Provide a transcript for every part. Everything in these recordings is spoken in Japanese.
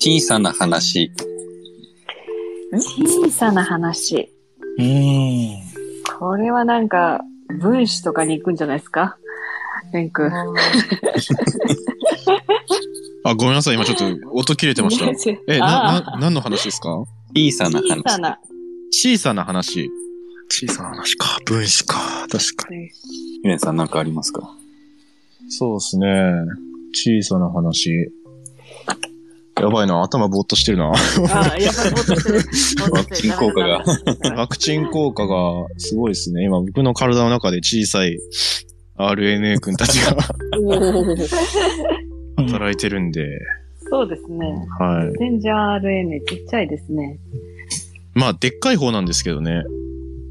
小さな話。小さな話。うん。これはなんか、分子とかに行くんじゃないですかレン君。あ、ごめんなさい。今ちょっと音切れてました。 え、な、な、何の話ですか小さな小さ話。な小さな話。小さな話か。分子か。確かに。分ゆれんさんなんかありますかそうですね。小さな話。やばいな。頭ぼーっとして るな。子。ああ、やばい、ぼーっとしてるぼーっとしワクチてるン効果がダメだワクチン効果がすごいですね。今僕の体の中で小さい RNA 君たちが働いてるんで。そうですね。はメッセンジャー RNA ちっちゃいですね。い。まあ、でっかい方なんですけどね。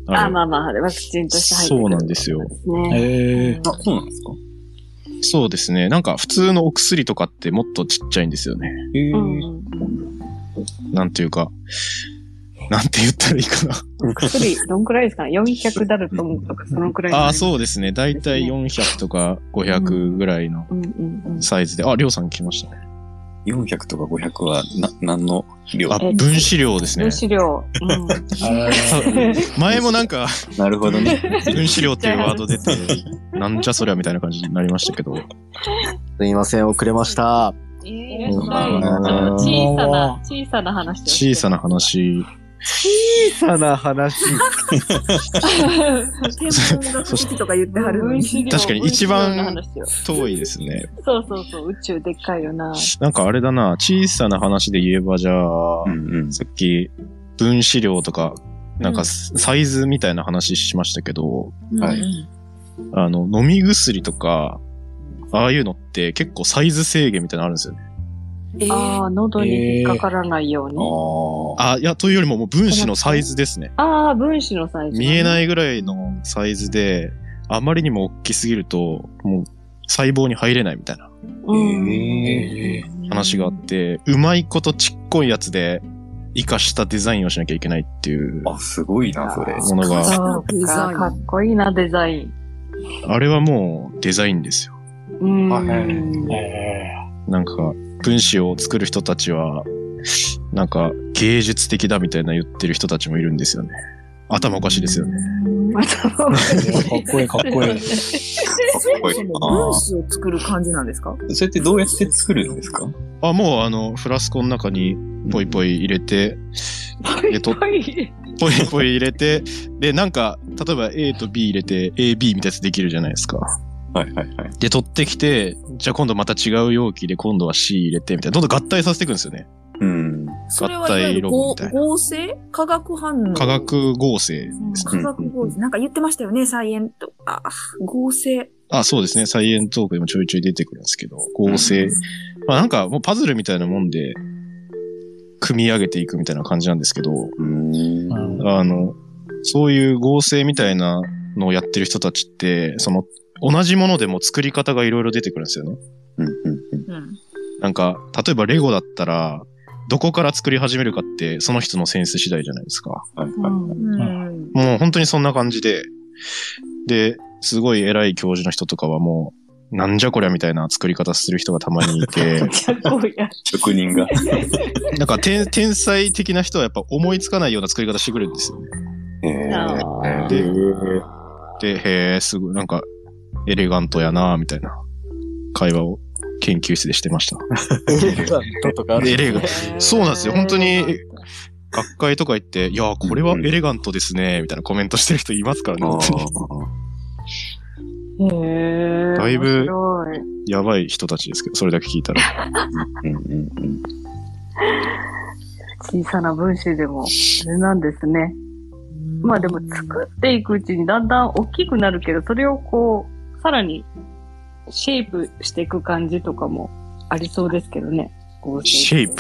あ、あまあまあ、ワクチンとして入ってくるそうなんですよ。ね。へえあ、そうなんですかのそうですね。なんか普通のお薬とかってもっとちっちゃいんですよね。へえうん。なんていうか。なんて言ったらいいかな。薬、どんくらいですか ?400 ダルトンとか、そのくらいの。ああ、そうですね。だいたい400とか500ぐらいのうんうんうん。サイズで。あ、りょうさん来ましたね。 400とか500はな何の量あ、分子量ですね分。子量。うん。 前もなんか、なるほどね。分子量っていうワード出て、 なんじゃそりゃみたいな感じになりましたけど。すいません、遅れました。えー、こんばんは小さな、小さな話をして小さな。 話。小さな話。天文が好きとか言ってはるのに。確かに一分番子量の話よ遠いですね。そうそうそう、宇宙でっかいよな。なんかあれだな、小さな話で言えばじゃあ、うんうん。さっき分子量とか、なんかサイズみたいな話しましたけど、はいあの、飲み薬とか、ああいうのって結構サイズ制限みたいなのあるんですよね。えーああ、喉に引っかからないように。ああ。あ、いや、というよりももう分子のサイズですね。ああ、分子のサイズ。見えい。ないぐらいのサイズで、あまりにも大きすぎると、もう細胞に入れないみたいなへえ話があって、うまいことちっこいやつで、生かしたデザインをしなきゃいけないっていうあ、すごいな、それ。ものが、そうか、かっこいいな、デザイン。あれはもうデザインですよ。うはいん。なんか、分子を作る人たちは、なんか芸術的だみたいな言ってる人たちもいるんですよね。頭おかしいで すよね。頭がかっこいいかっこ いい。っこいいそもそもあ分子を作る感じなんですかそれってどうやって作るんですかあ、もうあの、フラスコの中にポイポイ入れて、でとかっこいい。ポイポイ入れて、 で、なんか、例えば A と B 入れて、AB みたいなやつできるじゃないですか。はいはいはい。で、取ってきて、じゃあ今度また違う容器で今度は C 入れて、みたいな。どんどん合体させていくんですよね。うん。それはいわゆる合合体論みたい合成化学反応。化。学合成。化学合成。なんか言ってましたよね、サイエント。あ、合成。あ、そうですね。サイエントークでもちょいちょい出てくるんですけど、合成。まあなんかもうパズルみたいなもんで、組み上げていくみたいな感じなんですけど、うん。あの、そういう合成みたいなのをやってる人たちって、その、同じものでも作り方がいろいろ出てくるんですよね。うんうんうんうん。なんか、例えばレゴだったら、どこから作り始めるかって、その人のセンス次第じゃないですか。はいはいうんうん。もう本当にそんな感じで、で、すごい偉い教授の人とかはもう、なんじゃこりゃみたいな作り方する人がたまにいて、 じゃこうや。職人が。 なんか天天才的な人はやっぱ思いつかないような作り方してくるんですよね。へえあーで、で、へえ、すごい、なんか、エレガントやなみたいな会話を研究室でしてました。とかあるエレガンそうなんですよ本当に学会とか行って、いやー、これはエレガントですね、みたいなコメントしてる人いますからね、あ本当に。ーへーだいぶ面白いやばい人たちですけど、それだけ聞い たら。うんうんうん小さな分子でも、あれなんですね。まあでも、作っていくうちにだんだん大きくなるけど、それをこう、さらにシェイプしていく感じとかもありそうですけどね。こうシェイプ。。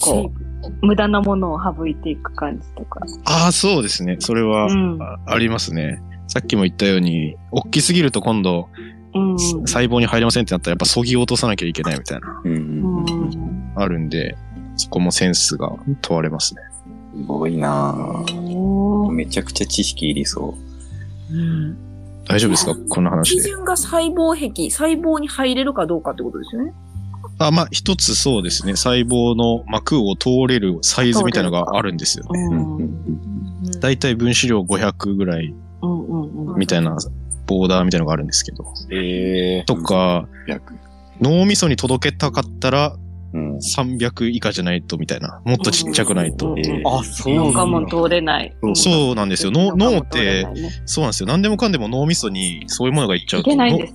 こう、無駄なものを省いていく感じとか。ああ、そうですね。それは、うん。あありますね。さっきも言ったように、大きすぎると今度、うん。細胞に入りませんってなったら、やっぱ削ぎ落とさなきゃいけないみたいな、うんうんうん。すあるんで、そこもセンスが問われますね。ごいなおぁーめちゃくちゃ知識いりそうん大丈夫ですかこんな話基で。準が細胞壁、細胞に入れるかどうかってことですよね。あ、まあ、一つそうですね、細胞の膜を通れるサイズみたいなのがあるんですよね。ううんんううんんだいたい分子量500ぐらいうんうん。みたいなボーダーみたいなのがあるんですけど。ええとか、約。脳みそに届けたかったらうん。 300以下じゃないとみたいな。もっとちっちゃくないとうん。うんうんあ、そう脳ながもんうだ。通れない。そうなんですよ。脳脳って、いそうなんですよ。何でもかんでも脳みそにそういうものがいっちゃうと、けないんで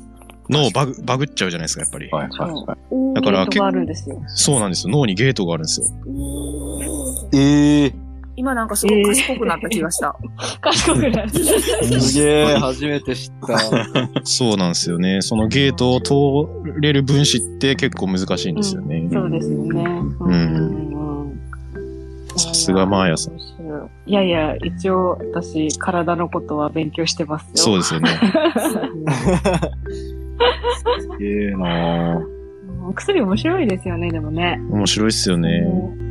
脳す。脳バグバグっちゃうじゃないですか、やっぱり。はいはいはい。だからゲートがあるんですよ。そうなんですよ。脳にゲートがあるんですよ。ええ今なんかすごく賢くなった気がした。賢く なる。すげえ、初めて知った。そうなんですよね。そのゲートを通れる分子って結構難しいんですよね。そうですよね。んうんさすがマーヤさん。いやいや、一応私、体のことは勉強してますよ。そうですよね。ええなあうん薬面白いですよね、でもね。面白いっすよね。うん